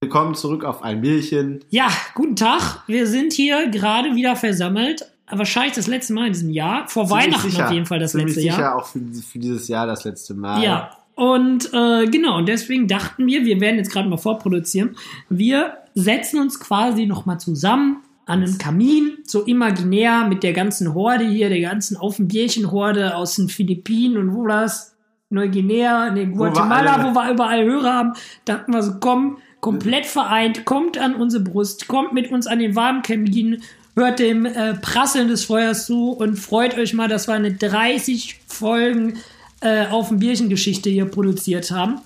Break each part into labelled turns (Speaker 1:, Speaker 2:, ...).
Speaker 1: willkommen zurück auf ein Bierchen.
Speaker 2: Ja, guten Tag. Wir sind hier gerade wieder versammelt. Wahrscheinlich das letzte Mal in diesem Jahr. Vor
Speaker 1: Ziemlich
Speaker 2: Weihnachten
Speaker 1: sicher,
Speaker 2: auf jeden Fall das
Speaker 1: ziemlich
Speaker 2: letzte
Speaker 1: sicher
Speaker 2: Jahr.
Speaker 1: auch für, für dieses Jahr das letzte Mal.
Speaker 2: Ja. Und äh, genau, und deswegen dachten wir, wir werden jetzt gerade mal vorproduzieren. Wir setzen uns quasi nochmal zusammen an einem Kamin, so imaginär mit der ganzen Horde hier, der ganzen Auf dem Bierchen-Horde aus den Philippinen und wo das? Neuguinea, nee,
Speaker 1: wir
Speaker 2: Guatemala,
Speaker 1: alle-
Speaker 2: wo wir überall Hörer haben. Dachten wir so, komm,
Speaker 1: Äh.
Speaker 2: komplett vereint, kommt an unsere Brust, kommt mit uns an den warmen Kamin, hört dem äh, Prasseln des Feuers zu und freut euch mal, dass wir eine 30 Folgen äh, auf dem Bierchen-Geschichte hier produziert haben.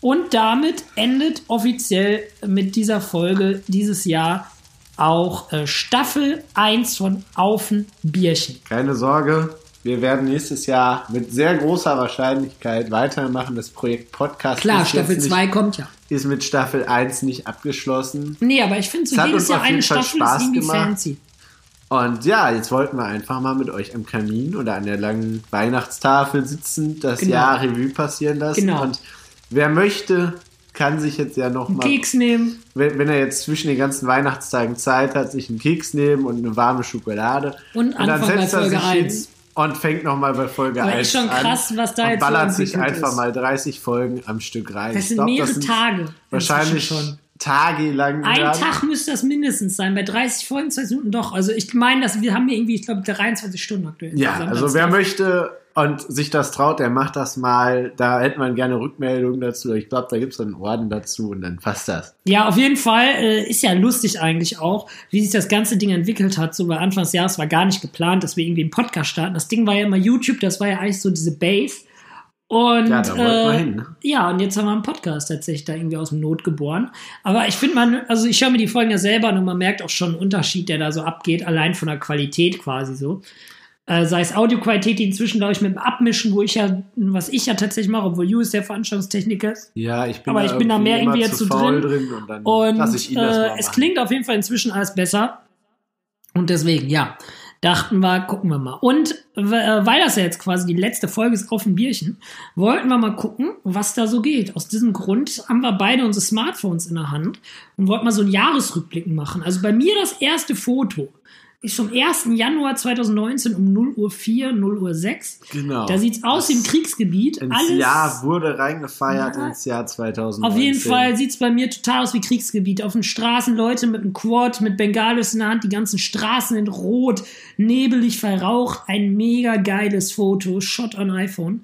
Speaker 2: Und damit endet offiziell mit dieser Folge dieses Jahr auch äh, Staffel 1 von Aufen Bierchen.
Speaker 1: Keine Sorge, wir werden nächstes Jahr mit sehr großer Wahrscheinlichkeit weitermachen. Das Projekt Podcast
Speaker 2: Klar,
Speaker 1: ist,
Speaker 2: Staffel
Speaker 1: jetzt
Speaker 2: 2
Speaker 1: nicht,
Speaker 2: kommt ja.
Speaker 1: ist mit Staffel 1 nicht abgeschlossen.
Speaker 2: Nee, aber ich finde so
Speaker 1: Es hat
Speaker 2: jedes
Speaker 1: uns
Speaker 2: Jahr
Speaker 1: auf jeden
Speaker 2: eine
Speaker 1: Fall
Speaker 2: Staffel
Speaker 1: Spaß
Speaker 2: ist irgendwie
Speaker 1: gemacht.
Speaker 2: fancy.
Speaker 1: Und ja, jetzt wollten wir einfach mal mit euch am Kamin oder an der langen Weihnachtstafel sitzen, das
Speaker 2: Genau.
Speaker 1: Jahr Revue passieren lassen.
Speaker 2: Genau.
Speaker 1: Und wer möchte, kann sich jetzt ja noch mal,
Speaker 2: Keks nehmen.
Speaker 1: wenn, wenn er jetzt zwischen den ganzen Weihnachtstagen Zeit hat, sich einen Keks nehmen und eine warme Schokolade.
Speaker 2: Und
Speaker 1: dann
Speaker 2: anfangen bei
Speaker 1: setzt er sich
Speaker 2: Folge
Speaker 1: hin
Speaker 2: eins.
Speaker 1: und fängt nochmal bei Folge
Speaker 2: Aber
Speaker 1: 1
Speaker 2: ist schon krass,
Speaker 1: an
Speaker 2: was da
Speaker 1: und
Speaker 2: jetzt so
Speaker 1: ballert sich
Speaker 2: entwickelt
Speaker 1: einfach
Speaker 2: ist.
Speaker 1: mal 30 Folgen am Stück rein.
Speaker 2: Das
Speaker 1: Ich
Speaker 2: sind
Speaker 1: glaub,
Speaker 2: mehrere Tage inzwischen
Speaker 1: Wahrscheinlich
Speaker 2: schon.
Speaker 1: tagelang.
Speaker 2: Ein
Speaker 1: werden.
Speaker 2: Tag müsste das mindestens sein. Bei 30 Folgen, 20 Minuten doch. Also ich meine, dass wir haben hier irgendwie, ich glaube, 23 Stunden aktuell.
Speaker 1: Ja,
Speaker 2: insgesamt
Speaker 1: also
Speaker 2: als
Speaker 1: wer
Speaker 2: Staffel.
Speaker 1: möchte und sich das traut, der macht das mal. Da hätte man gerne Rückmeldungen dazu. Ich glaube, da gibt es dann einen Orden dazu und dann passt das.
Speaker 2: Ja, auf jeden Fall äh, ist ja lustig eigentlich auch, wie sich das ganze Ding entwickelt hat. So bei Anfang des Jahres war gar nicht geplant, dass wir irgendwie einen Podcast starten. Das Ding war ja immer YouTube, das war ja eigentlich so diese Base. Und
Speaker 1: Ja, da wollten wir
Speaker 2: äh,
Speaker 1: hin, ne?
Speaker 2: ja, und jetzt haben wir einen Podcast tatsächlich da irgendwie aus dem Not geboren. Aber ich finde man, also ich höre mir die Folgen ja selber an und man merkt auch schon einen Unterschied, der da so abgeht, allein von der Qualität quasi so. Äh, sei es Audioqualität, die inzwischen, glaube ich, mit dem Abmischen, wo ich ja, was ich ja tatsächlich mache, obwohl you ist der Veranstaltungstechniker ist,
Speaker 1: Ja, ich bin
Speaker 2: Aber ich bin da mehr
Speaker 1: immer
Speaker 2: irgendwie
Speaker 1: zu
Speaker 2: jetzt so
Speaker 1: faul
Speaker 2: drin.
Speaker 1: und dann lasse ich ihn
Speaker 2: und
Speaker 1: das mal
Speaker 2: äh,
Speaker 1: machen.
Speaker 2: es klingt auf jeden Fall inzwischen alles besser. Und deswegen, ja, dachten wir, gucken wir mal. Und äh, weil das ja jetzt quasi die letzte Folge ist auf dem Bierchen, wollten wir mal gucken, was da so geht. Aus diesem Grund haben wir beide unsere Smartphones in der Hand und wollten mal so einen Jahresrückblick machen. Also bei mir das erste Foto ist vom 1. Januar 2019 um 0 Uhr 4, 0 Uhr 6.
Speaker 1: genau.
Speaker 2: Da sieht's aus wie im Kriegsgebiet.
Speaker 1: Ins
Speaker 2: Alles
Speaker 1: Jahr wurde reingefeiert
Speaker 2: Ja.
Speaker 1: ins Jahr 2019.
Speaker 2: auf jeden Fall sieht es bei mir total aus wie Kriegsgebiet. Auf den Straßen Leute mit einem Quad, mit Bengalos in der Hand, die ganzen Straßen in Rot, nebelig verraucht. Ein mega geiles Foto, Shot on iPhone.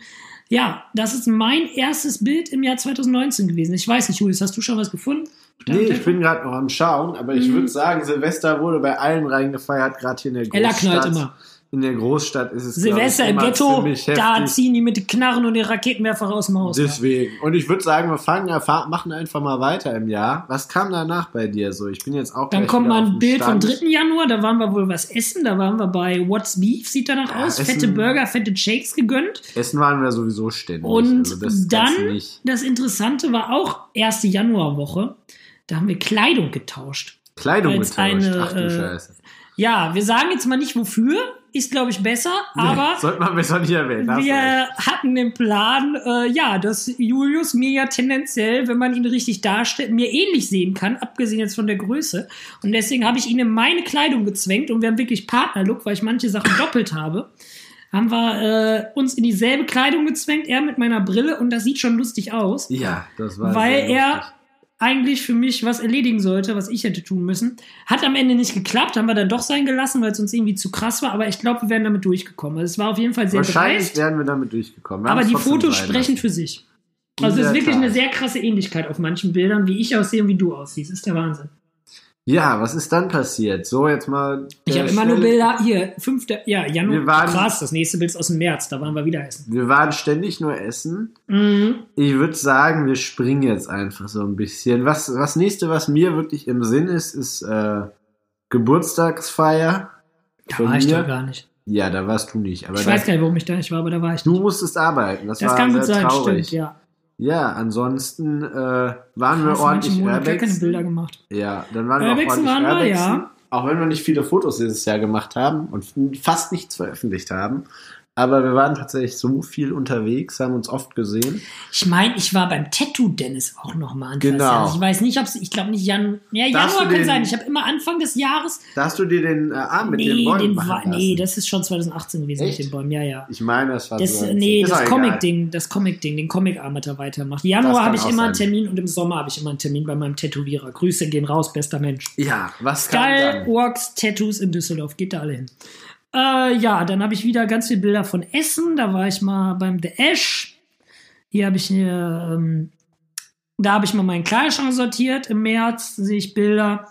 Speaker 2: Ja, das ist mein erstes Bild im Jahr 2019 gewesen. Ich weiß nicht, Julius, hast du schon was gefunden?
Speaker 1: Nee, ich bin gerade noch am Schauen, aber
Speaker 2: Mhm.
Speaker 1: ich würde sagen, Silvester wurde bei allen reingefeiert, gerade hier in der
Speaker 2: Ella
Speaker 1: Großstadt.
Speaker 2: knallt immer.
Speaker 1: In der Großstadt ist es glaub
Speaker 2: Silvester
Speaker 1: ich,
Speaker 2: im
Speaker 1: immer
Speaker 2: Ghetto,
Speaker 1: ziemlich
Speaker 2: da
Speaker 1: heftig.
Speaker 2: ziehen die mit den Knarren und den Raketenwerfer raus dem Haus.
Speaker 1: Deswegen. Und ich würde sagen, wir fangen einfach, machen einfach mal weiter im Jahr. Was kam danach bei dir so? Ich bin jetzt auch
Speaker 2: Dann
Speaker 1: gleich
Speaker 2: kommt
Speaker 1: wieder
Speaker 2: mal
Speaker 1: auf
Speaker 2: ein
Speaker 1: dem
Speaker 2: Bild vom
Speaker 1: Stand.
Speaker 2: 3. Januar, da waren wir wohl was essen, da waren wir bei What's Beef, sieht danach
Speaker 1: Ja,
Speaker 2: aus,
Speaker 1: Essen.
Speaker 2: fette Burger, fette Shakes gegönnt.
Speaker 1: Essen waren wir sowieso ständig.
Speaker 2: Und
Speaker 1: also das, das
Speaker 2: dann,
Speaker 1: nicht.
Speaker 2: das Interessante war auch erste Januarwoche, da haben wir Kleidung getauscht.
Speaker 1: Kleidung
Speaker 2: als
Speaker 1: getauscht.
Speaker 2: eine,
Speaker 1: Ach du
Speaker 2: äh,
Speaker 1: Scheiße.
Speaker 2: Ja, wir sagen jetzt mal nicht wofür, ist glaube ich besser, aber
Speaker 1: Sollte man besser nicht erwähnen. hast recht.
Speaker 2: äh, wir hatten den Plan, äh, ja, dass Julius mir ja tendenziell, wenn man ihn richtig darstellt, mir ähnlich sehen kann, abgesehen jetzt von der Größe. Und deswegen habe ich ihn in meine Kleidung gezwängt und wir haben wirklich Partnerlook, weil ich manche Sachen doppelt habe. Haben wir äh, uns in dieselbe Kleidung gezwängt, er mit meiner Brille und das sieht schon lustig aus.
Speaker 1: Ja, das war
Speaker 2: weil
Speaker 1: sehr
Speaker 2: er
Speaker 1: lustig.
Speaker 2: eigentlich für mich was erledigen sollte, was ich hätte tun müssen. Hat am Ende nicht geklappt, haben wir dann doch sein gelassen, weil es uns irgendwie zu krass war, aber ich glaube, wir wären damit durchgekommen. Also es war auf jeden Fall sehr
Speaker 1: Wahrscheinlich
Speaker 2: dreist,
Speaker 1: wären wir damit durchgekommen. Wir
Speaker 2: aber
Speaker 1: haben's
Speaker 2: die
Speaker 1: trotzdem
Speaker 2: Fotos
Speaker 1: sein
Speaker 2: sprechen
Speaker 1: lassen.
Speaker 2: für sich. Also
Speaker 1: In
Speaker 2: es ist
Speaker 1: der
Speaker 2: wirklich
Speaker 1: Tat.
Speaker 2: eine sehr krasse Ähnlichkeit auf manchen Bildern, wie ich aussehe und wie du aussiehst. Ist der Wahnsinn.
Speaker 1: Ja, was ist dann passiert? So, jetzt mal.
Speaker 2: Ich
Speaker 1: äh,
Speaker 2: habe immer nur
Speaker 1: schnell-
Speaker 2: Bilder hier, 5. Ja, Januar.
Speaker 1: Wir waren-
Speaker 2: krass, das nächste Bild ist aus dem März, da waren wir wieder essen.
Speaker 1: Wir waren ständig nur essen.
Speaker 2: Mhm.
Speaker 1: Ich würde sagen, wir springen jetzt einfach so ein bisschen. Was, was nächste, was mir wirklich im Sinn ist, ist äh, Geburtstagsfeier.
Speaker 2: Da
Speaker 1: Von
Speaker 2: war ich
Speaker 1: mir?
Speaker 2: doch gar nicht.
Speaker 1: Ja, da warst du nicht. Aber
Speaker 2: Ich
Speaker 1: da,
Speaker 2: weiß gar nicht, warum ich da nicht war, aber da war ich
Speaker 1: du
Speaker 2: nicht.
Speaker 1: musstest arbeiten. Das,
Speaker 2: Das
Speaker 1: war
Speaker 2: kann
Speaker 1: sehr
Speaker 2: gut sein,
Speaker 1: traurig.
Speaker 2: stimmt, ja.
Speaker 1: ja. ansonsten äh, waren wir
Speaker 2: Krass, manche
Speaker 1: ordentlich
Speaker 2: Monate gar keine
Speaker 1: Urbexen.
Speaker 2: Bilder gemacht.
Speaker 1: Ja, dann waren wir auch
Speaker 2: Urbexen
Speaker 1: ordentlich
Speaker 2: waren wir,
Speaker 1: Urbexen.
Speaker 2: ja.
Speaker 1: Auch wenn wir nicht viele Fotos dieses Jahr gemacht haben und fast nichts veröffentlicht haben, Aber wir waren tatsächlich so viel unterwegs, haben uns oft gesehen.
Speaker 2: Ich meine, ich war beim Tattoo Dennis auch noch mal Anfang des
Speaker 1: Genau.
Speaker 2: Jahres. Ich weiß nicht, ob es, ich glaube nicht Jan, ja,
Speaker 1: Darfst
Speaker 2: Januar
Speaker 1: du
Speaker 2: kann
Speaker 1: den-
Speaker 2: sein. Ich habe immer Anfang des Jahres.
Speaker 1: Da hast du dir den äh, Arm mit
Speaker 2: nee,
Speaker 1: den Bäumen
Speaker 2: den
Speaker 1: machen
Speaker 2: war,
Speaker 1: lassen.
Speaker 2: nee, das ist schon 2018 gewesen
Speaker 1: Echt?
Speaker 2: mit den Bäumen. Ja, ja.
Speaker 1: ich meine, das war
Speaker 2: Das, äh,
Speaker 1: so.
Speaker 2: nee,
Speaker 1: Ist
Speaker 2: das
Speaker 1: auch egal.
Speaker 2: Comic-Ding, das Comic-Ding, den Comic-Arm hat er weitergemacht.
Speaker 1: Das
Speaker 2: Januar
Speaker 1: kann
Speaker 2: habe ich
Speaker 1: auch
Speaker 2: immer einen
Speaker 1: sein.
Speaker 2: Termin und im Sommer habe ich immer einen Termin bei meinem Tätowierer. Grüße gehen raus, bester Mensch.
Speaker 1: Ja, was
Speaker 2: Skull
Speaker 1: kann dann?
Speaker 2: Works Tattoos in Düsseldorf. Geht da alle hin. Äh, ja, dann habe ich wieder ganz viele Bilder von Essen. Da war ich mal beim The Ash. Hier habe ich äh, ähm, da habe ich mal meinen Kleiderschrank sortiert. Im März sehe ich Bilder.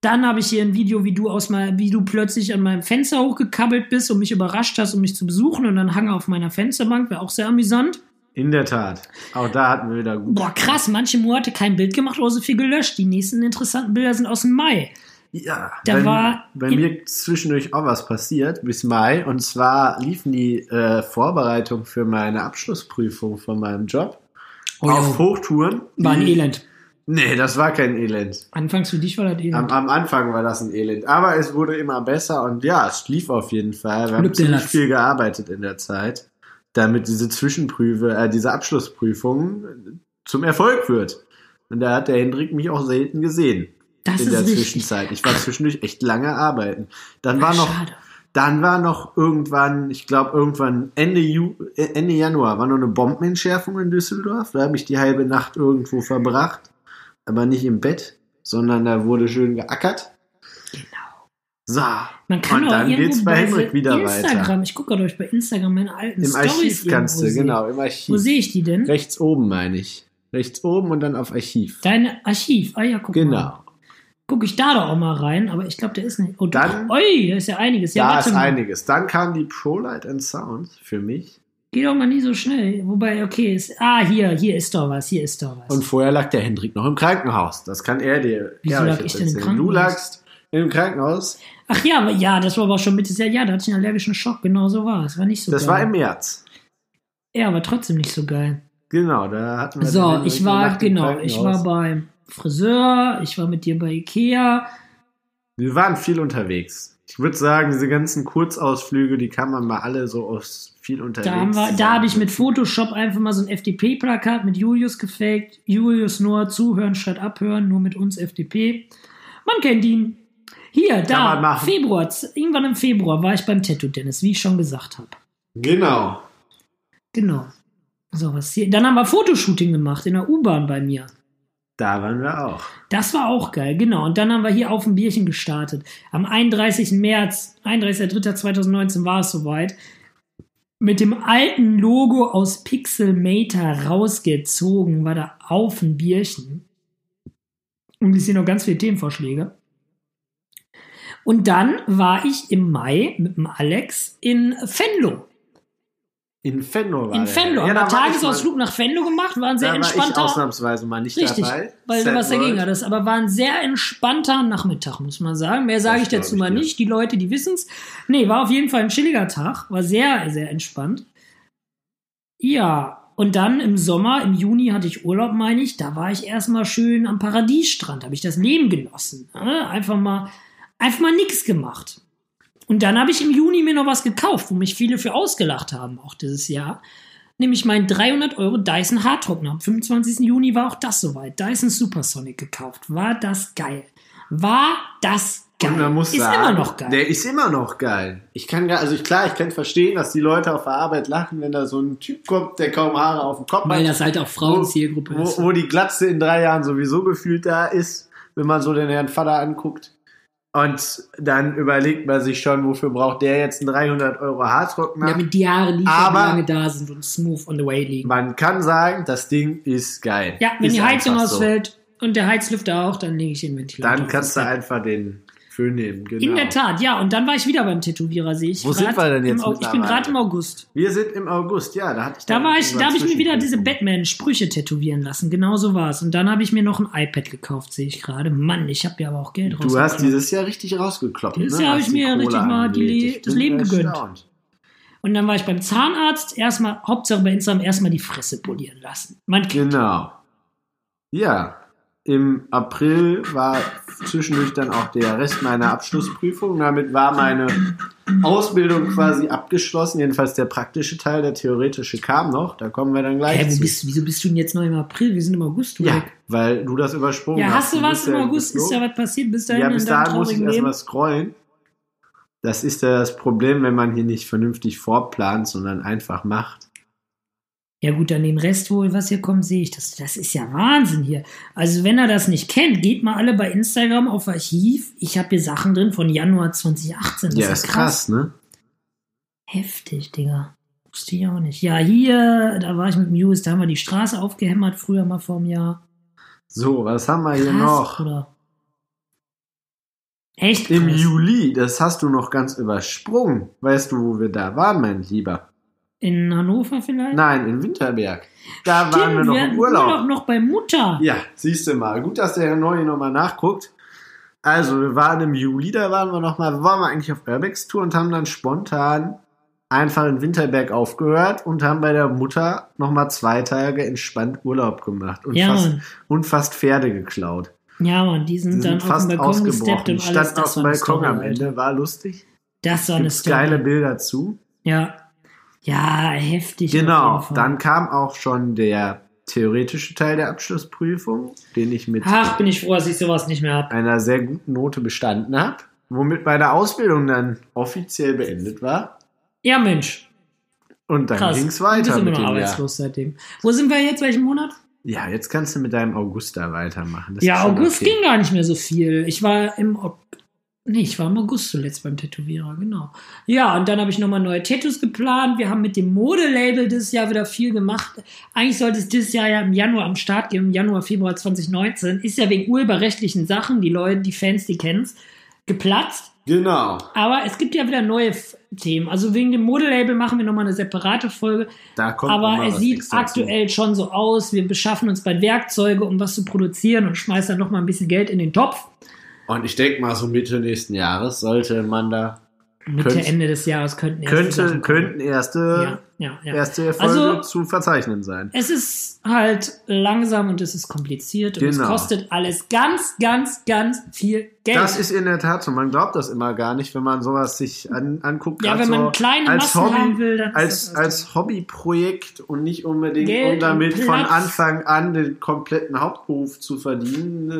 Speaker 2: Dann habe ich hier ein Video, wie du aus mal, wie du plötzlich an meinem Fenster hochgekabbelt bist und mich überrascht hast, um mich zu besuchen und dann hang auf meiner Fensterbank, wäre auch sehr amüsant.
Speaker 1: In der Tat. Auch da hatten wir wieder gut.
Speaker 2: Boah, krass, manche Monate kein Bild gemacht oder so viel gelöscht. Die nächsten interessanten Bilder sind aus dem Mai.
Speaker 1: Ja,
Speaker 2: Da
Speaker 1: bei,
Speaker 2: war-
Speaker 1: bei mir zwischendurch auch was passiert bis Mai. Und zwar liefen die äh, Vorbereitungen für meine Abschlussprüfung von meinem Job
Speaker 2: Oh,
Speaker 1: auf Hochtouren.
Speaker 2: War ein
Speaker 1: Die-
Speaker 2: Elend.
Speaker 1: Nee, das war kein Elend.
Speaker 2: Anfangs für dich war das eben.
Speaker 1: Am, am Anfang war das ein Elend. Aber es wurde immer besser und ja, es lief auf jeden Fall. Wir haben
Speaker 2: Glück den
Speaker 1: ziemlich
Speaker 2: Lachs.
Speaker 1: viel gearbeitet in der Zeit, damit diese Zwischenprüfe, äh, diese Abschlussprüfung zum Erfolg wird. Und da hat der Hendrik mich auch selten gesehen
Speaker 2: das
Speaker 1: in der
Speaker 2: ist richtig.
Speaker 1: Zwischenzeit. Ich war zwischendurch echt lange arbeiten. Dann war noch,
Speaker 2: Schade.
Speaker 1: dann war noch irgendwann, ich glaube irgendwann Ende, Ju äh, Ende Januar, war noch eine Bombenentschärfung in Düsseldorf. Da habe ich die halbe Nacht irgendwo verbracht, aber nicht im Bett, sondern da wurde schön geackert. Genau. So,
Speaker 2: Man kann
Speaker 1: Und
Speaker 2: auch
Speaker 1: dann
Speaker 2: irgendwo
Speaker 1: geht's bei Henrik wieder weiter.
Speaker 2: Instagram, ich gucke gerade euch bei Instagram meine alten
Speaker 1: im
Speaker 2: Stories
Speaker 1: Archiv kannst
Speaker 2: irgendwo
Speaker 1: du,
Speaker 2: sehen.
Speaker 1: genau, im
Speaker 2: Wo
Speaker 1: Archiv.
Speaker 2: sehe ich die denn?
Speaker 1: Rechts oben meine ich. Rechts oben und dann auf Archiv.
Speaker 2: Dein Archiv. Ah ja, guck mal.
Speaker 1: Genau.
Speaker 2: Guck ich da doch auch mal rein, aber ich glaube, der ist nicht. Oh,
Speaker 1: Dann-
Speaker 2: doch. Ui, da ist ja einiges. Ja,
Speaker 1: Da
Speaker 2: warte
Speaker 1: ist
Speaker 2: mal.
Speaker 1: einiges. Dann kam die ProLight and Sound für mich.
Speaker 2: Geht auch mal nie so schnell. Wobei, okay, ist. Ah, hier, hier ist doch was, hier ist doch was.
Speaker 1: Und vorher lag der Hendrik noch im Krankenhaus. Das kann er dir.
Speaker 2: Wieso
Speaker 1: er euch
Speaker 2: lag
Speaker 1: jetzt
Speaker 2: ich denn im
Speaker 1: erzählen. Du
Speaker 2: Krankenhaus?
Speaker 1: lagst im Krankenhaus.
Speaker 2: Ach ja, aber ja, das war aber auch schon Mitte des Jahres. Ja, da hatte ich einen allergischen Schock. Genau so war es. War nicht so
Speaker 1: Das
Speaker 2: geil.
Speaker 1: war im März.
Speaker 2: ja, aber trotzdem nicht so geil.
Speaker 1: Genau, da hatten wir. den
Speaker 2: So,
Speaker 1: Hendrik
Speaker 2: ich
Speaker 1: eine
Speaker 2: war,
Speaker 1: Nacht im
Speaker 2: genau, ich war
Speaker 1: Krankenhaus.
Speaker 2: beim Friseur, ich war mit dir bei Ikea.
Speaker 1: Wir waren viel unterwegs. Ich würde sagen, diese ganzen Kurzausflüge, die kann man mal alle so aus viel unterwegs.
Speaker 2: Da, haben wir- da habe ich mit Photoshop einfach mal so ein FDP-Plakat mit Julius gefaked. Julius nur zuhören statt abhören, nur mit uns FDP. Man kennt ihn. Hier,
Speaker 1: man
Speaker 2: da,
Speaker 1: machen.
Speaker 2: Februar, z- irgendwann im Februar war ich beim Tattoo Dennis, wie ich schon gesagt habe.
Speaker 1: Genau.
Speaker 2: Genau. So was hier. Dann haben wir Fotoshooting gemacht in der U-Bahn bei mir.
Speaker 1: Da waren wir auch.
Speaker 2: Das war auch geil, genau. Und dann haben wir hier auf dem Bierchen gestartet. Am 31. März, 31.03.2019 war es soweit. Mit dem alten Logo aus Pixelmator rausgezogen, war da auf dem Bierchen. Und ich sehe noch ganz viele Themenvorschläge. Und dann war ich im Mai mit dem Alex in Venlo.
Speaker 1: In Fenlo war
Speaker 2: In
Speaker 1: der.
Speaker 2: Venlo.
Speaker 1: Ja, da
Speaker 2: Haben wir
Speaker 1: war ich mal-
Speaker 2: Tagesausflug nach Venlo gemacht, war ein sehr
Speaker 1: Da war ich
Speaker 2: entspannter
Speaker 1: ausnahmsweise mal nicht
Speaker 2: Richtig,
Speaker 1: dabei.
Speaker 2: weil du
Speaker 1: Sad
Speaker 2: was dagegen
Speaker 1: World.
Speaker 2: hattest. Aber war ein sehr entspannter Nachmittag, muss man sagen. Mehr sage
Speaker 1: Das
Speaker 2: ich dazu
Speaker 1: glaub
Speaker 2: mal
Speaker 1: ich dir.
Speaker 2: nicht. Die Leute, die wissen es. Nee, war auf jeden Fall ein chilliger Tag. War sehr, sehr entspannt. Ja, und dann im Sommer, im Juni hatte ich Urlaub, meine ich. Da war ich erstmal schön am Paradiesstrand. Habe ich das Leben genossen. ne? Einfach mal, einfach mal nichts gemacht. Und dann habe ich im Juni mir noch was gekauft, wo mich viele für ausgelacht haben, auch dieses Jahr nämlich meinen 300 Euro Dyson Haartrockner. Am 25. Juni war auch das soweit. Dyson Supersonic gekauft. War das geil. War das geil.
Speaker 1: Und man muss
Speaker 2: ist
Speaker 1: sagen,
Speaker 2: immer noch geil.
Speaker 1: Der ist immer noch geil. Ich kann gar, also ich, klar, ich kann verstehen, dass die Leute auf der Arbeit lachen, wenn da so ein Typ kommt, der kaum Haare auf dem Kopf
Speaker 2: Weil
Speaker 1: hat,
Speaker 2: das halt auch Frauenzielgruppe
Speaker 1: wo,
Speaker 2: ist.
Speaker 1: wo die Glatze in drei Jahren sowieso gefühlt da ist, wenn man so den Herrn Vater anguckt. Und dann überlegt man sich schon, wofür braucht der jetzt einen 300 Euro Haartrockner?
Speaker 2: Damit die Haare nicht schon
Speaker 1: Aber-
Speaker 2: lange da sind und smooth on the way liegen.
Speaker 1: Man kann sagen, das Ding ist geil.
Speaker 2: Ja, wenn
Speaker 1: ist
Speaker 2: die Heizung
Speaker 1: einfach so.
Speaker 2: ausfällt und der Heizlüfter auch, dann lege ich den Ventilator.
Speaker 1: Dann
Speaker 2: auf.
Speaker 1: kannst du einfach den Föhn nehmen. Genau.
Speaker 2: In der Tat, ja. Und dann war ich wieder beim Tätowierer, sehe ich.
Speaker 1: Wo sind
Speaker 2: grad
Speaker 1: wir denn jetzt
Speaker 2: im Au- Ich bin
Speaker 1: mittlerweile?
Speaker 2: gerade im August.
Speaker 1: Wir sind im August, ja, da hatte ich
Speaker 2: Da
Speaker 1: dann
Speaker 2: war ich,
Speaker 1: irgendwann
Speaker 2: da habe ich mir wieder
Speaker 1: Zwischenprüfung.
Speaker 2: diese Batman-Sprüche tätowieren lassen. Genau so war es. Und dann habe ich mir noch ein iPad gekauft, sehe ich gerade. Mann, ich habe ja aber auch Geld
Speaker 1: Du hast
Speaker 2: rausgekloppt.
Speaker 1: dieses Jahr richtig rausgekloppt.
Speaker 2: Dieses
Speaker 1: ne,
Speaker 2: Jahr
Speaker 1: was
Speaker 2: hab ich
Speaker 1: die
Speaker 2: mir
Speaker 1: Kohle
Speaker 2: richtig mal die
Speaker 1: angeht.
Speaker 2: Le-
Speaker 1: Ich
Speaker 2: das
Speaker 1: bin
Speaker 2: Leben gegönnt.
Speaker 1: erstaunt.
Speaker 2: Und dann war ich beim Zahnarzt. Erstmal, Hauptsache bei Instagram, erstmal die Fresse polieren lassen. Man,
Speaker 1: Genau. Ja, Im April war zwischendurch dann auch der Rest meiner Abschlussprüfung. Damit war meine Ausbildung quasi abgeschlossen. Jedenfalls der praktische Teil, der theoretische kam noch. Da kommen wir dann gleich
Speaker 2: Hä, wo
Speaker 1: zu.
Speaker 2: bist, wieso bist du denn jetzt noch im April? Wir sind im August. du
Speaker 1: ja, Oh,
Speaker 2: Dreck.
Speaker 1: weil du das übersprungen
Speaker 2: ja
Speaker 1: hast.
Speaker 2: hast du was
Speaker 1: bist
Speaker 2: im
Speaker 1: ja
Speaker 2: August? Ist ja
Speaker 1: geflogen.
Speaker 2: was passiert? Bist du
Speaker 1: ja,
Speaker 2: in
Speaker 1: bis
Speaker 2: deinem
Speaker 1: dahin muss ich
Speaker 2: traurigen Leben?
Speaker 1: erstmal scrollen. Das ist ja das Problem, wenn man hier nicht vernünftig vorplant, sondern einfach macht.
Speaker 2: Ja gut, dann den Rest wohl, was hier kommt, sehe ich. Das, das ist ja Wahnsinn hier. Also wenn ihr das nicht kennt, geht mal alle bei Instagram auf Archiv. Ich habe hier Sachen drin von Januar 2018. Das
Speaker 1: ja, ist krass, ne?
Speaker 2: Heftig, Digga. Wusste ich auch nicht. Ja, hier, da war ich mit Muse, da haben wir die Straße aufgehämmert, früher mal vor einem Jahr.
Speaker 1: So, was haben wir hier noch?
Speaker 2: Oder? Echt?
Speaker 1: Im
Speaker 2: krass.
Speaker 1: Juli, das hast du noch ganz übersprungen. Weißt du, wo wir da waren, mein Lieber?
Speaker 2: In Hannover vielleicht?
Speaker 1: Nein, in Winterberg. Da
Speaker 2: Stimmt,
Speaker 1: waren wir noch
Speaker 2: hatten
Speaker 1: im Urlaub.
Speaker 2: noch bei Mutter.
Speaker 1: Ja, siehst du mal. Gut, dass der Herr Neue nochmal nachguckt. Also, wir waren im Juli, da waren wir nochmal, wir waren eigentlich auf Urbex-Tour und haben dann spontan einfach in Winterberg aufgehört und haben bei der Mutter nochmal zwei Tage entspannt Urlaub gemacht und,
Speaker 2: Ja,
Speaker 1: fast,
Speaker 2: Mann.
Speaker 1: und fast Pferde geklaut.
Speaker 2: Ja, Mann, die sind
Speaker 1: Die
Speaker 2: dann
Speaker 1: sind fast
Speaker 2: auf den Balkon gesteppt
Speaker 1: ausgebrochen.
Speaker 2: und
Speaker 1: Die
Speaker 2: alles.
Speaker 1: standen
Speaker 2: das
Speaker 1: auf dem
Speaker 2: war eine
Speaker 1: Balkon
Speaker 2: Story,
Speaker 1: am
Speaker 2: Alter.
Speaker 1: Ende, war lustig.
Speaker 2: Das war eine
Speaker 1: Gibt's
Speaker 2: Story.
Speaker 1: geile Bilder zu.
Speaker 2: Ja. Ja, heftig. auf
Speaker 1: Genau,
Speaker 2: jeden Fall.
Speaker 1: dann kam auch schon der theoretische Teil der Abschlussprüfung, den ich mit
Speaker 2: Ach, bin ich froh, dass ich sowas nicht mehr habe.
Speaker 1: einer sehr guten Note bestanden habe, womit meine Ausbildung dann offiziell beendet war.
Speaker 2: Ja, Mensch.
Speaker 1: Und dann
Speaker 2: Krass.
Speaker 1: ging es
Speaker 2: Du
Speaker 1: weiter
Speaker 2: bist immer
Speaker 1: mit
Speaker 2: noch
Speaker 1: dem Jahr.
Speaker 2: arbeitslos seitdem. Wo sind wir jetzt? Welchen Monat?
Speaker 1: Ja, jetzt kannst du mit deinem August da weitermachen. Das ist
Speaker 2: ja,
Speaker 1: schon
Speaker 2: August
Speaker 1: okay.
Speaker 2: ging gar nicht mehr so viel. Ich war im. Ok- Nee, ich war im August zuletzt beim Tätowierer, genau. Ja, und dann habe ich nochmal neue Tattoos geplant. Wir haben mit dem Modelabel dieses Jahr wieder viel gemacht. Eigentlich sollte es dieses Jahr ja im Januar am Start gehen, im Januar, Februar 2019. Ist ja wegen urheberrechtlichen Sachen, die Leute, die Fans, die kennen's, geplatzt.
Speaker 1: Genau.
Speaker 2: Aber es gibt ja wieder neue F Themen. Also wegen dem Modelabel machen wir nochmal eine separate Folge.
Speaker 1: Da kommt noch
Speaker 2: Aber
Speaker 1: mal
Speaker 2: es
Speaker 1: was
Speaker 2: sieht
Speaker 1: extra zu.
Speaker 2: aktuell schon so aus. Wir beschaffen uns bald Werkzeuge, um was zu produzieren und schmeißen dann nochmal ein bisschen Geld in den Topf.
Speaker 1: Und ich denke mal, so Mitte nächsten Jahres sollte man da.
Speaker 2: Mitte,
Speaker 1: Könnt-
Speaker 2: Ende des Jahres könnten erste
Speaker 1: Könnte,
Speaker 2: Sachen kommen.
Speaker 1: könnten erste,
Speaker 2: Ja, ja, ja.
Speaker 1: erste Erfolge
Speaker 2: Also-
Speaker 1: zu verzeichnen sein.
Speaker 2: Es ist halt langsam und es ist kompliziert und es
Speaker 1: Genau.
Speaker 2: kostet alles ganz, ganz, ganz viel Geld.
Speaker 1: Das ist in der Tat so. Man glaubt das immer gar nicht, wenn man sowas sich an, anguckt.
Speaker 2: ja,
Speaker 1: grad
Speaker 2: wenn
Speaker 1: so
Speaker 2: man kleine
Speaker 1: als
Speaker 2: Massen
Speaker 1: Hobby,
Speaker 2: haben will, dann
Speaker 1: als,
Speaker 2: ist das
Speaker 1: als Hobbyprojekt und nicht unbedingt,
Speaker 2: Geld
Speaker 1: um damit
Speaker 2: und
Speaker 1: von
Speaker 2: Platz.
Speaker 1: Anfang an den kompletten Hauptberuf zu verdienen,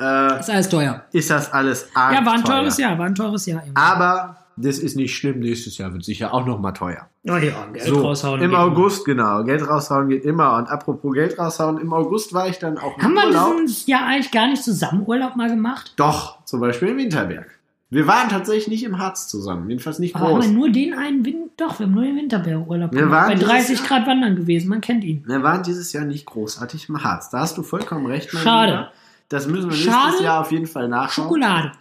Speaker 1: äh,
Speaker 2: ist alles teuer.
Speaker 1: ist das alles arg
Speaker 2: Ja, war ein
Speaker 1: teuer.
Speaker 2: teures Jahr, war ein teures Jahr. irgendwie.
Speaker 1: Aber das ist nicht schlimm, nächstes Jahr wird sicher auch nochmal teuer.
Speaker 2: oh, ja, Geld
Speaker 1: So,
Speaker 2: raushauen.
Speaker 1: im
Speaker 2: geht.
Speaker 1: August, genau. Geld raushauen geht immer. Und apropos Geld raushauen, im August war ich dann auch im
Speaker 2: Haben wir
Speaker 1: Urlaub.
Speaker 2: dieses Jahr eigentlich gar nicht zusammen Urlaub mal gemacht?
Speaker 1: Doch, zum Beispiel in Winterberg. Wir waren tatsächlich nicht im Harz zusammen, jedenfalls nicht
Speaker 2: Aber haben wir
Speaker 1: groß.
Speaker 2: nur den einen Wind? Doch, wir haben nur den Winterbergurlaub
Speaker 1: Wir
Speaker 2: gemacht.
Speaker 1: waren
Speaker 2: Bei
Speaker 1: dieses
Speaker 2: 30
Speaker 1: Jahr-
Speaker 2: Grad wandern gewesen, man kennt ihn.
Speaker 1: Wir waren dieses Jahr nicht großartig im Harz. Da hast du vollkommen recht. mein
Speaker 2: Schade.
Speaker 1: Lieber. Das müssen wir nächstes
Speaker 2: Schade.
Speaker 1: Jahr auf jeden Fall nachschauen.
Speaker 2: Schokolade.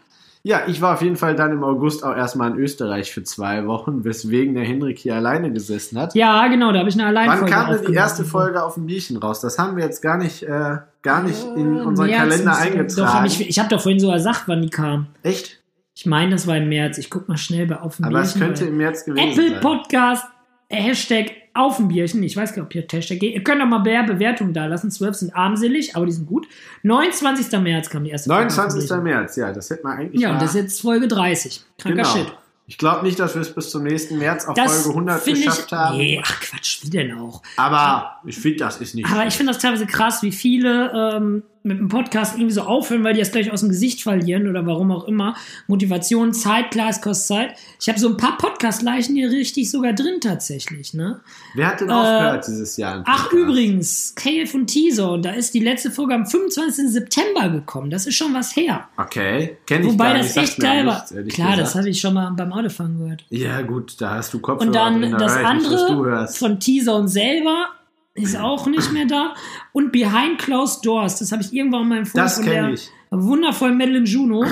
Speaker 1: Ja, ich war auf jeden Fall dann im August auch erstmal in Österreich für zwei Wochen, weswegen der Henrik hier alleine gesessen hat.
Speaker 2: Ja, genau, da habe ich eine
Speaker 1: Wann
Speaker 2: Alleinfolge
Speaker 1: kam denn die
Speaker 2: aufgenommen.
Speaker 1: erste Folge auf dem Bierchen raus? Das haben wir jetzt gar nicht, äh, gar nicht in
Speaker 2: Äh,
Speaker 1: unseren
Speaker 2: März
Speaker 1: Kalender
Speaker 2: müsste- Doch,
Speaker 1: eingetragen.
Speaker 2: hab ich ich habe doch vorhin sogar gesagt, wann die kam.
Speaker 1: Echt?
Speaker 2: Ich meine, das war im März. Ich guck mal schnell bei Auf dem
Speaker 1: Aber es
Speaker 2: Bierchen.
Speaker 1: könnte
Speaker 2: weil-
Speaker 1: im März gewesen
Speaker 2: Apple
Speaker 1: sein.
Speaker 2: Podcast, äh, Hashtag Auf dem Bierchen. Ich weiß gar nicht, ob hier Hashtag geht. Ihr könnt doch mal mehr Bewertungen da lassen. 12 sind armselig, aber die sind gut. 29. März kam die erste Folge auf dem
Speaker 1: 29.
Speaker 2: Bierchen.
Speaker 1: März, ja, das hätte man eigentlich.
Speaker 2: Ja,
Speaker 1: mal-
Speaker 2: und das ist jetzt Folge 30. Kranker
Speaker 1: genau.
Speaker 2: Shit.
Speaker 1: Ich glaube nicht, dass wir es bis zum nächsten März auf
Speaker 2: Das
Speaker 1: Folge 100
Speaker 2: finde
Speaker 1: geschafft
Speaker 2: ich,
Speaker 1: haben.
Speaker 2: Nee, ach Quatsch, wie denn auch?
Speaker 1: Aber ich finde, das ist nicht.
Speaker 2: Aber ich finde das teilweise krass, wie viele ähm, mit dem Podcast irgendwie so aufhören, weil die das gleich aus dem Gesicht verlieren oder warum auch immer. Motivation, Zeit, klar, es kostet Zeit. Ich habe so ein paar Podcast-Leichen hier richtig sogar drin tatsächlich, ne?
Speaker 1: Wer hat denn aufgehört dieses Jahr? im
Speaker 2: äh, Ach,
Speaker 1: Podcast?
Speaker 2: übrigens, Kale von Teaser, da ist die letzte Folge am 25. September gekommen. Das ist schon was her.
Speaker 1: Okay, kenne ich
Speaker 2: Wobei
Speaker 1: gar
Speaker 2: das
Speaker 1: nicht,
Speaker 2: echt
Speaker 1: sagt mir
Speaker 2: geil war.
Speaker 1: nichts, ehrlich
Speaker 2: Klar, das
Speaker 1: gesagt.
Speaker 2: hatte ich schon mal beim Autofahren gehört.
Speaker 1: Ja, gut, da hast du Kopfhörer
Speaker 2: Und dann
Speaker 1: drin, da
Speaker 2: das
Speaker 1: weiß ich nicht, was du
Speaker 2: andere
Speaker 1: hörst.
Speaker 2: von T-Zone selber ist auch nicht mehr da. Und Behind Closed Doors, das habe ich irgendwann mal empfohlen
Speaker 1: Das
Speaker 2: von
Speaker 1: kenn
Speaker 2: der
Speaker 1: ich.
Speaker 2: wundervollen Madeline Juno.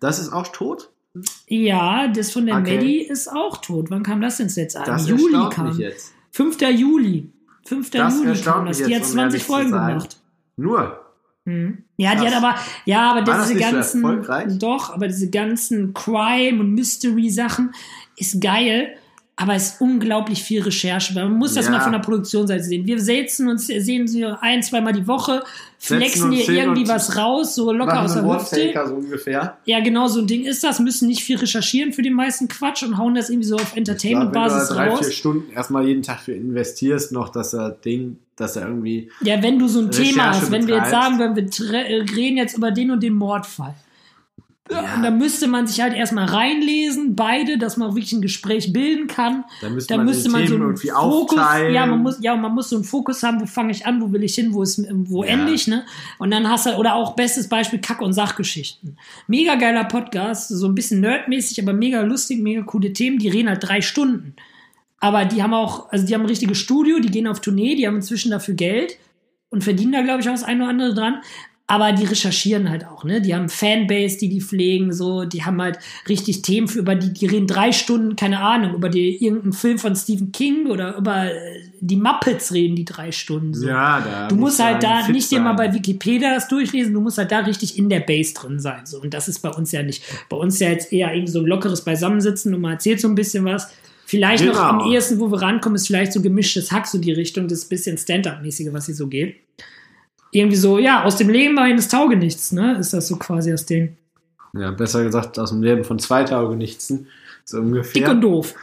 Speaker 1: Das ist auch tot?
Speaker 2: Ja, das von der
Speaker 1: Okay.
Speaker 2: Maddie ist auch tot. Wann kam das denn jetzt an?
Speaker 1: Das
Speaker 2: Juli
Speaker 1: erstaunt mich
Speaker 2: kam.
Speaker 1: jetzt.
Speaker 2: 5. Juli. 5.
Speaker 1: Das
Speaker 2: Juli
Speaker 1: erstaunt
Speaker 2: kam das.
Speaker 1: mich
Speaker 2: Die
Speaker 1: jetzt,
Speaker 2: hat
Speaker 1: um
Speaker 2: 20
Speaker 1: ehrlich zu
Speaker 2: Folgen
Speaker 1: sein.
Speaker 2: gemacht.
Speaker 1: Nur,
Speaker 2: Mhm. Ja, die
Speaker 1: Krass.
Speaker 2: hat aber, ja, aber
Speaker 1: War das
Speaker 2: diese
Speaker 1: nicht so
Speaker 2: ganzen,
Speaker 1: erfolgreich?
Speaker 2: doch, aber diese ganzen Crime und Mystery Sachen ist geil. aber es ist unglaublich viel Recherche. Man muss das
Speaker 1: Ja.
Speaker 2: mal von der Produktionsseite sehen. Wir setzen uns, sehen sie ein, zweimal die Woche,
Speaker 1: Setzen
Speaker 2: flexen
Speaker 1: uns
Speaker 2: hier
Speaker 1: hin
Speaker 2: irgendwie
Speaker 1: und
Speaker 2: was raus, so locker aus der Hüfte.
Speaker 1: so ungefähr.
Speaker 2: Ja, genau, so ein Ding ist das. Müssen nicht viel recherchieren für den meisten Quatsch und hauen das irgendwie so auf
Speaker 1: Wenn du da
Speaker 2: Entertainment-Basis
Speaker 1: drei, vier
Speaker 2: raus.
Speaker 1: Stunden erstmal jeden Tag für investierst, noch, dass er Ding, dass er irgendwie.
Speaker 2: Ja, wenn du so ein Thema
Speaker 1: Recherche
Speaker 2: hast, wenn wir jetzt
Speaker 1: betreibst.
Speaker 2: sagen würden, wir tre- äh, reden jetzt über den und den Mordfall.
Speaker 1: Ja.
Speaker 2: Und da müsste man sich halt erstmal reinlesen, beide, dass man wirklich ein Gespräch bilden kann.
Speaker 1: Da müsste
Speaker 2: Da
Speaker 1: man
Speaker 2: müsste
Speaker 1: die
Speaker 2: man
Speaker 1: Themen
Speaker 2: so einen
Speaker 1: irgendwie
Speaker 2: Fokus,
Speaker 1: aufteilen.
Speaker 2: ja, man muss, ja, man muss so einen Fokus haben, wo fange ich an, wo will ich hin, wo ist, äh, wo
Speaker 1: Ja.
Speaker 2: ende ich, ne? Und dann hast du, oder auch bestes Beispiel Kack- und Sachgeschichten. Mega geiler Podcast, so ein bisschen nerdmäßig, aber mega lustig, mega coole Themen, die reden halt drei Stunden. Aber die haben auch, also die haben ein richtiges Studio, die gehen auf Tournee, die haben inzwischen dafür Geld und verdienen da, glaube ich, auch das eine oder andere dran. Aber die recherchieren halt auch, ne? Die haben Fanbase, die die pflegen, so. Die haben halt richtig Themen, für, über die, die reden drei Stunden, keine Ahnung, über die, irgendeinen Film von Stephen King oder über äh, die Muppets reden die drei Stunden, so.
Speaker 1: ja, da
Speaker 2: Du musst
Speaker 1: muss
Speaker 2: halt
Speaker 1: man
Speaker 2: da
Speaker 1: fit
Speaker 2: nicht dir mal
Speaker 1: sein.
Speaker 2: bei Wikipedia das durchlesen, du musst halt da richtig in der Base drin sein. So. Und das ist bei uns ja nicht. Bei uns ja jetzt eher eben so ein lockeres Beisammensitzen und man erzählt so ein bisschen was. Vielleicht noch
Speaker 1: Genau.
Speaker 2: am ehesten, wo wir rankommen, ist vielleicht so gemischtes Hack, so die Richtung, das bisschen Stand-Up-mäßige, was hier so geht. Irgendwie so, ja, aus dem Leben eines Taugenichts, ne? Ist das so quasi das Ding.
Speaker 1: Ja, besser gesagt, aus dem Leben von zwei Taugenichtsen. So
Speaker 2: Dick
Speaker 1: ungefähr.
Speaker 2: und doof.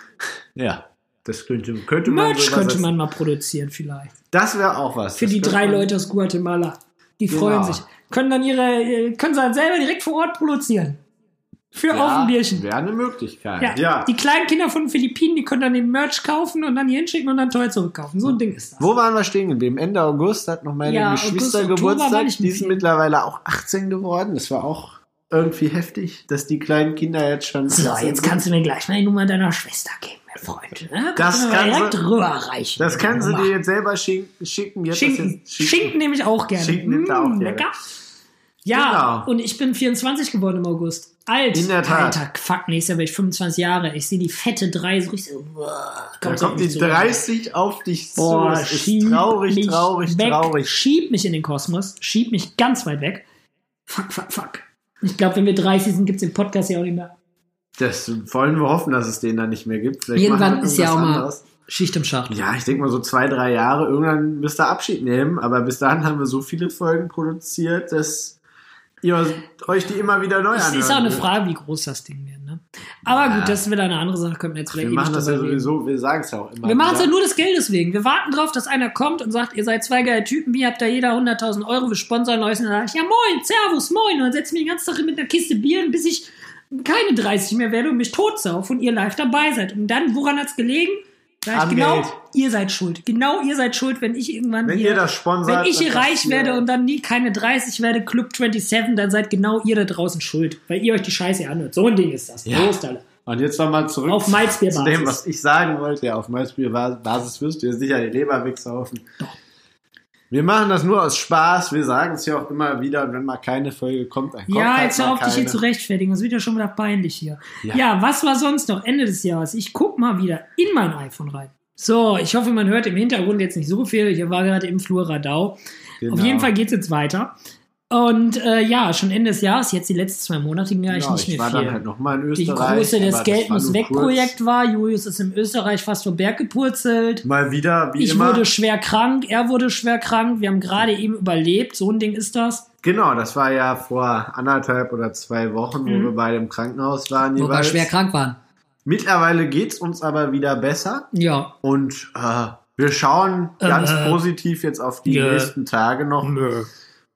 Speaker 1: ja, das könnte, könnte man.
Speaker 2: Merch
Speaker 1: so
Speaker 2: könnte
Speaker 1: übersetzen.
Speaker 2: man mal produzieren, vielleicht.
Speaker 1: Das wäre auch was.
Speaker 2: Für
Speaker 1: Das
Speaker 2: die
Speaker 1: könnte
Speaker 2: drei
Speaker 1: man-
Speaker 2: Leute aus Guatemala. Die freuen
Speaker 1: Genau.
Speaker 2: sich. Können dann ihre, äh, können sie dann selber direkt vor Ort produzieren. Für
Speaker 1: Ja,
Speaker 2: Offenbierchen.
Speaker 1: Wäre eine Möglichkeit.
Speaker 2: Ja.
Speaker 1: Ja.
Speaker 2: Die kleinen Kinder von den Philippinen, die können dann den Merch kaufen und dann hier hinschicken und dann teuer zurückkaufen. So ein Ding ist das.
Speaker 1: Wo waren wir stehen geblieben? Ende August hat noch meine
Speaker 2: Ja,
Speaker 1: Geschwister
Speaker 2: August, Oktober war
Speaker 1: Geburtstag.
Speaker 2: nicht
Speaker 1: Die
Speaker 2: mit
Speaker 1: sind
Speaker 2: viel.
Speaker 1: mittlerweile auch 18 geworden. Das war auch irgendwie heftig, dass die kleinen Kinder jetzt schon.
Speaker 2: So,
Speaker 1: 18
Speaker 2: jetzt
Speaker 1: sind.
Speaker 2: kannst du mir gleich mal die Nummer deiner Schwester geben, mein Freund. Ne?
Speaker 1: Das
Speaker 2: Kannst du mir
Speaker 1: kann
Speaker 2: direkt
Speaker 1: sie-
Speaker 2: rüberreichen.
Speaker 1: Das
Speaker 2: die
Speaker 1: kannst du
Speaker 2: Nummer.
Speaker 1: dir jetzt selber schinken. schicken. Jetzt
Speaker 2: Schinken.
Speaker 1: Das jetzt-
Speaker 2: Schinken nehme ich auch gerne.
Speaker 1: Schinken nimmt er auch
Speaker 2: Mm,
Speaker 1: gerne.
Speaker 2: Lecker. Ja,
Speaker 1: Genau.
Speaker 2: und ich bin 24 geworden im August. Alt.
Speaker 1: In der Tat.
Speaker 2: Alter, fuck, nächstes Jahr bin ich 25 Jahre. Ich sehe die fette 3 so richtig uh, so. uah,
Speaker 1: Da
Speaker 2: auf
Speaker 1: kommt
Speaker 2: mich
Speaker 1: die
Speaker 2: zu.
Speaker 1: 30 auf dich zu.
Speaker 2: Boah,
Speaker 1: es
Speaker 2: schieb
Speaker 1: ist traurig,
Speaker 2: mich
Speaker 1: traurig,
Speaker 2: weg.
Speaker 1: traurig.
Speaker 2: Schieb mich in den Kosmos. Schieb mich ganz weit weg. Fuck, fuck, fuck. Ich glaube, wenn wir 30 sind, gibt es den Podcast ja auch nicht mehr.
Speaker 1: Das wollen wir hoffen, dass es den dann nicht mehr gibt. Vielleicht
Speaker 2: Irgendwann
Speaker 1: machen wir
Speaker 2: ist ja
Speaker 1: irgendwas
Speaker 2: auch mal-
Speaker 1: anderes.
Speaker 2: Schicht im Schacht.
Speaker 1: Ja, ich denke mal so zwei, drei Jahre. Irgendwann müsst ihr Abschied nehmen. Aber bis dahin haben wir so viele Folgen produziert, dass ihr euch die immer wieder neu
Speaker 2: Es
Speaker 1: anhören
Speaker 2: ist auch eine
Speaker 1: dürft.
Speaker 2: Frage, wie groß das Ding wird. Ne? Aber
Speaker 1: Ja.
Speaker 2: gut, das ist wieder eine andere Sache. Können wir jetzt wieder
Speaker 1: Wir
Speaker 2: ewig
Speaker 1: machen das ja
Speaker 2: drüber reden.
Speaker 1: sowieso, wir sagen es ja auch immer.
Speaker 2: Wir machen es ja
Speaker 1: wieder.
Speaker 2: nur des Geldes wegen. Wir warten drauf, dass einer kommt und sagt, ihr seid zwei geile Typen, ihr habt da jeder 100.000 Euro, wir sponsern euch. Und dann sage ich, ja moin, servus, moin. Und dann setze ich mich den ganzen Tag mit einer Kiste Bier, hin, bis ich keine 30 mehr werde und mich totsauf und ihr live dabei seid. Und dann, woran hat's gelegen? Sag ich,
Speaker 1: Am
Speaker 2: genau,
Speaker 1: Geld.
Speaker 2: ihr seid schuld. Genau, ihr seid schuld, wenn ich irgendwann
Speaker 1: Wenn
Speaker 2: hier,
Speaker 1: ihr das sponsert,
Speaker 2: wenn ich hier
Speaker 1: dann
Speaker 2: reich
Speaker 1: passiert.
Speaker 2: werde und dann nie keine 30 werde, Club 27, dann seid genau ihr da draußen schuld, weil ihr euch die Scheiße anhört. So ein Ding ist das.
Speaker 1: Ja.
Speaker 2: Prost, alle.
Speaker 1: Und jetzt nochmal zurück
Speaker 2: Auf
Speaker 1: zu dem,
Speaker 2: Malzbierbasis.
Speaker 1: was ich sagen wollte. Ja, auf Malzbierbasis wirst du ja sicher die Leber wegsaufen. Wir machen das nur aus Spaß. Wir sagen es ja auch immer wieder. Und wenn mal keine Folge kommt, dann kommt
Speaker 2: Ja,
Speaker 1: halt
Speaker 2: jetzt
Speaker 1: mal
Speaker 2: hör auf, dich hier
Speaker 1: keine.
Speaker 2: zu rechtfertigen. Das wird ja schon wieder peinlich hier. Ja.
Speaker 1: Ja.
Speaker 2: was war sonst noch Ende des Jahres? Ich guck mal wieder in mein iPhone rein. So, ich hoffe, man hört im Hintergrund jetzt nicht so viel. Hier war gerade im Flur Radau.
Speaker 1: Genau.
Speaker 2: Auf jeden Fall geht's jetzt weiter. Und äh, ja, schon Ende des Jahres, jetzt die letzten zwei Monate ging ja eigentlich
Speaker 1: Ja,
Speaker 2: nicht
Speaker 1: ich
Speaker 2: mehr
Speaker 1: war
Speaker 2: viel.
Speaker 1: dann halt nochmal in
Speaker 2: die
Speaker 1: Österreich.
Speaker 2: große
Speaker 1: aber
Speaker 2: des
Speaker 1: das
Speaker 2: Geld
Speaker 1: war
Speaker 2: muss
Speaker 1: nur
Speaker 2: weg
Speaker 1: kurz.
Speaker 2: Projekt war. Julius ist im Österreich fast vom Berg gepurzelt.
Speaker 1: Mal wieder, wie
Speaker 2: Ich
Speaker 1: immer.
Speaker 2: wurde schwer krank, er wurde schwer krank. Wir haben gerade eben überlebt. So ein Ding ist das.
Speaker 1: Genau, das war ja vor anderthalb oder zwei Wochen, wo wir beide im Krankenhaus waren.
Speaker 2: Wo wir
Speaker 1: jeweils.
Speaker 2: Mhm. schwer krank waren.
Speaker 1: Mittlerweile geht's uns aber wieder besser.
Speaker 2: Ja.
Speaker 1: Und äh, wir schauen
Speaker 2: Ähm,
Speaker 1: ganz
Speaker 2: äh,
Speaker 1: positiv jetzt auf die
Speaker 2: ja.
Speaker 1: nächsten Tage noch,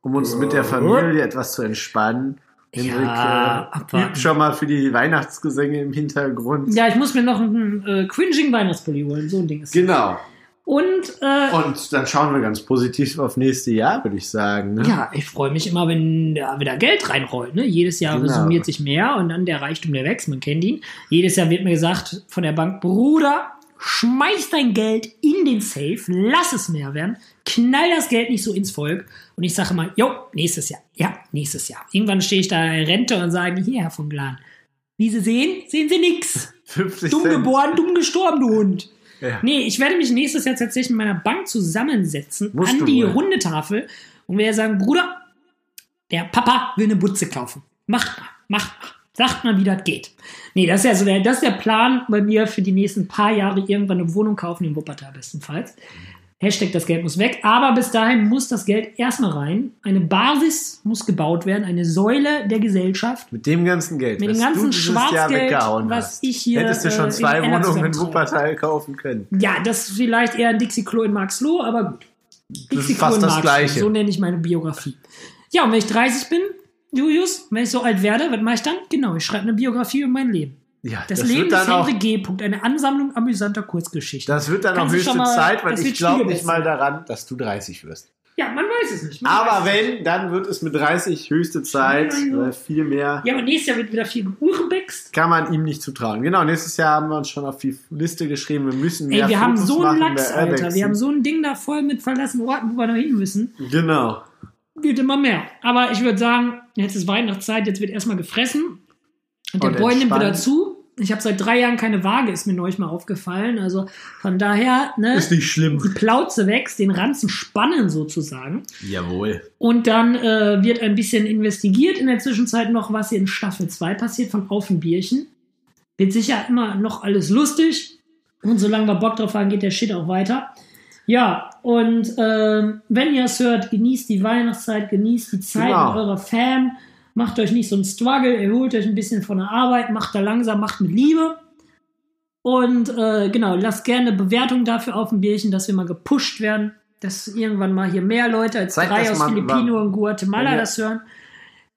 Speaker 1: um uns mit der Familie etwas zu entspannen. Henrik
Speaker 2: Ja,
Speaker 1: äh,
Speaker 2: abwarten.
Speaker 1: übt schon mal für die Weihnachtsgesänge im Hintergrund.
Speaker 2: Ja, ich muss mir noch einen äh, cringing Weihnachtspulli holen. So ein Ding ist. das.
Speaker 1: Genau.
Speaker 2: Und, äh,
Speaker 1: Und dann schauen wir ganz positiv auf nächste Jahr, würde ich sagen. Ne?
Speaker 2: ja, ich freue mich immer, wenn da wieder Geld reinrollt. Ne? Jedes Jahr
Speaker 1: Genau.
Speaker 2: summiert sich mehr und dann der Reichtum, der wächst. Man kennt ihn. Jedes Jahr wird mir gesagt von der Bank, Bruder, schmeiß dein Geld in den Safe, lass es mehr werden, knall das Geld nicht so ins Volk. Und ich sage immer, jo, nächstes Jahr. Ja, nächstes Jahr. Irgendwann stehe ich da in Rente und sage, hier, Herr von Glan, wie Sie sehen, sehen Sie nichts.
Speaker 1: 50
Speaker 2: Dumm
Speaker 1: Cent.
Speaker 2: geboren, dumm gestorben, du Hund.
Speaker 1: Ja.
Speaker 2: Nee, ich werde mich nächstes Jahr tatsächlich mit meiner Bank zusammensetzen
Speaker 1: Musst
Speaker 2: an
Speaker 1: du
Speaker 2: die
Speaker 1: wohl.
Speaker 2: Rundetafel und werde sagen, Bruder, der Papa will eine Butze kaufen. Macht mal, macht mal. Sagt mal, wie das geht. Nee, das ist ja so der, das ist der Plan bei mir für die nächsten paar Jahre irgendwann eine Wohnung kaufen in Wuppertal bestenfalls. Hashtag das Geld muss weg. Aber bis dahin muss das Geld erstmal rein. Eine Basis muss gebaut werden, eine Säule der Gesellschaft.
Speaker 1: Mit dem ganzen Geld,
Speaker 2: Mit dem
Speaker 1: was
Speaker 2: ganzen
Speaker 1: du dieses Jahr
Speaker 2: Schwarzgeld,
Speaker 1: weggehauen
Speaker 2: was
Speaker 1: hast,
Speaker 2: ich hier,
Speaker 1: hättest du schon
Speaker 2: äh,
Speaker 1: zwei
Speaker 2: in Ellersdorf
Speaker 1: Wohnungen in
Speaker 2: bezahlt.
Speaker 1: Wuppertal kaufen können.
Speaker 2: Ja, das ist vielleicht eher ein Dixie-Klo in Marxloh, aber gut. Dixie Klo
Speaker 1: fast
Speaker 2: in
Speaker 1: das
Speaker 2: Marxloh,
Speaker 1: Gleiche.
Speaker 2: so nenne ich meine Biografie. Ja, und wenn ich 30 bin, Julius, wenn ich so alt werde, was mache ich dann? Genau, ich schreibe eine Biografie über mein Leben.
Speaker 1: Ja,
Speaker 2: Das,
Speaker 1: das
Speaker 2: Leben
Speaker 1: wird dann
Speaker 2: des
Speaker 1: auch,
Speaker 2: Henry G. Punkt, eine Ansammlung amüsanter Kurzgeschichten.
Speaker 1: das wird dann auch
Speaker 2: Kannst du
Speaker 1: höchste
Speaker 2: schon mal-
Speaker 1: Zeit, weil
Speaker 2: das
Speaker 1: ich
Speaker 2: wird
Speaker 1: glaube
Speaker 2: Spiegel
Speaker 1: nicht
Speaker 2: wissen.
Speaker 1: mal daran, dass du 30 wirst.
Speaker 2: ja, man weiß es nicht. Man
Speaker 1: Aber
Speaker 2: weiß es nicht.
Speaker 1: wenn, dann wird es mit 30 höchste Zeit,
Speaker 2: Nein.
Speaker 1: weil viel mehr
Speaker 2: Ja, aber nächstes Jahr wird wieder viel gebäckst.
Speaker 1: kann man ihm nicht zutrauen. Genau, nächstes Jahr haben wir uns schon auf die Liste geschrieben, wir müssen
Speaker 2: Ey,
Speaker 1: mehr
Speaker 2: wir haben
Speaker 1: Fotos
Speaker 2: so einen
Speaker 1: machen,
Speaker 2: Lachs,
Speaker 1: mehr
Speaker 2: Alter.
Speaker 1: Urbexen.
Speaker 2: Wir haben so ein Ding da voll mit verlassenen Orten, wo wir noch hin müssen.
Speaker 1: Genau.
Speaker 2: Wird immer mehr. Aber ich würde sagen, jetzt ist Weihnachtszeit, jetzt wird erstmal gefressen. Und der
Speaker 1: Und
Speaker 2: Boy nimmt
Speaker 1: entspannt.
Speaker 2: wieder zu. Ich habe seit drei Jahren keine Waage, ist mir neulich mal aufgefallen. Also von daher, ne,
Speaker 1: Ist nicht
Speaker 2: die
Speaker 1: schlimm.
Speaker 2: Plauze wächst, den Ranzen spannen sozusagen.
Speaker 1: Jawohl.
Speaker 2: Und dann äh, wird ein bisschen investigiert in der Zwischenzeit noch, was hier in Staffel 2 passiert von Aufenbierchen. Wird sicher immer noch alles lustig. Und solange wir Bock drauf haben, geht der Shit auch weiter. Ja, und ähm, wenn ihr es hört, genießt die Weihnachtszeit, genießt die Zeit
Speaker 1: Genau.
Speaker 2: mit eurer Fam. Macht euch nicht so einen Struggle, erholt euch ein bisschen von der Arbeit, macht da langsam, macht mit Liebe. Und äh, genau, lasst gerne eine Bewertung dafür auf dem Bierchen, dass wir mal gepusht werden, dass irgendwann mal hier mehr Leute als
Speaker 1: Zeigt
Speaker 2: drei
Speaker 1: das
Speaker 2: aus
Speaker 1: mal-
Speaker 2: Filipino und Guatemala
Speaker 1: wenn ihr-
Speaker 2: das hören.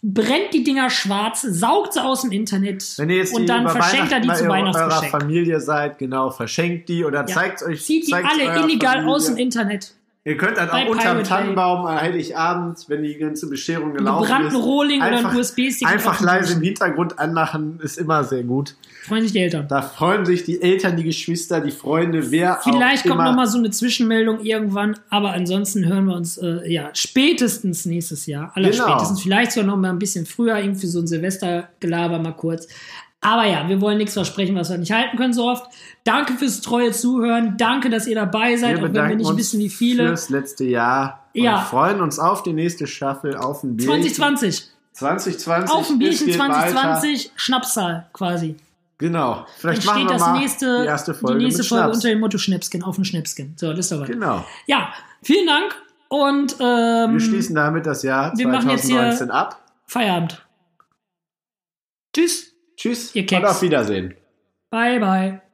Speaker 2: Brennt die Dinger schwarz, saugt sie aus dem Internet
Speaker 1: Wenn ihr jetzt
Speaker 2: und
Speaker 1: die
Speaker 2: dann
Speaker 1: über
Speaker 2: verschenkt er die
Speaker 1: Weihnachten
Speaker 2: zu
Speaker 1: bei eurer
Speaker 2: Weihnachtsgeschenk.
Speaker 1: Familie seid, genau, verschenkt die oder
Speaker 2: Ja.
Speaker 1: zeigt euch.
Speaker 2: Zieht die
Speaker 1: zeigt's
Speaker 2: alle
Speaker 1: eurer
Speaker 2: illegal
Speaker 1: Familie.
Speaker 2: aus dem Internet.
Speaker 1: Ihr könnt dann
Speaker 2: Bei
Speaker 1: auch unterm
Speaker 2: Pirate Bay.
Speaker 1: Tannenbaum an Heiligabend, wenn die ganze Bescherung gelaufen ist.
Speaker 2: Gebrannten Rohling oder
Speaker 1: einfach-
Speaker 2: ein USB-Stick.
Speaker 1: Einfach leise im Hintergrund anmachen ist immer sehr gut.
Speaker 2: Freuen sich die Eltern.
Speaker 1: Da freuen sich die Eltern, die Geschwister, die Freunde, wer
Speaker 2: Vielleicht
Speaker 1: auch
Speaker 2: kommt
Speaker 1: immer.
Speaker 2: noch mal so eine Zwischenmeldung irgendwann, aber ansonsten hören wir uns äh, ja spätestens nächstes Jahr, aller
Speaker 1: Genau.
Speaker 2: spätestens, vielleicht sogar noch mal ein bisschen früher, irgendwie so ein Silvestergelaber mal kurz. Aber ja, wir wollen nichts versprechen, was wir nicht halten können so oft. Danke fürs treue Zuhören, danke, dass ihr dabei seid,
Speaker 1: wir
Speaker 2: auch wenn wir
Speaker 1: bedanken
Speaker 2: nicht
Speaker 1: uns
Speaker 2: wissen, wie viele.
Speaker 1: fürs letzte Jahr
Speaker 2: Ja.
Speaker 1: und freuen uns auf die nächste Staffel auf ein Bierchen.
Speaker 2: 2020,
Speaker 1: 2020.
Speaker 2: auf ein
Speaker 1: es
Speaker 2: Bierchen
Speaker 1: geht weiter.
Speaker 2: 2020, Schnapszahl quasi.
Speaker 1: Genau. Vielleicht
Speaker 2: Dann
Speaker 1: machen
Speaker 2: steht
Speaker 1: wir
Speaker 2: das
Speaker 1: mal
Speaker 2: nächste,
Speaker 1: die erste Folge,
Speaker 2: die nächste
Speaker 1: mit
Speaker 2: Folge
Speaker 1: Schnaps.
Speaker 2: unter dem Motto Schnäpskin, auf ein Schnäpskin. So, das ist aber.
Speaker 1: Genau.
Speaker 2: Ja, vielen Dank und ähm,
Speaker 1: Wir schließen damit das Jahr
Speaker 2: wir machen jetzt hier-
Speaker 1: 2019 ab.
Speaker 2: Feierabend. Tschüss.
Speaker 1: Tschüss
Speaker 2: Ihr
Speaker 1: und
Speaker 2: Keks.
Speaker 1: auf Wiedersehen.
Speaker 2: Bye, bye.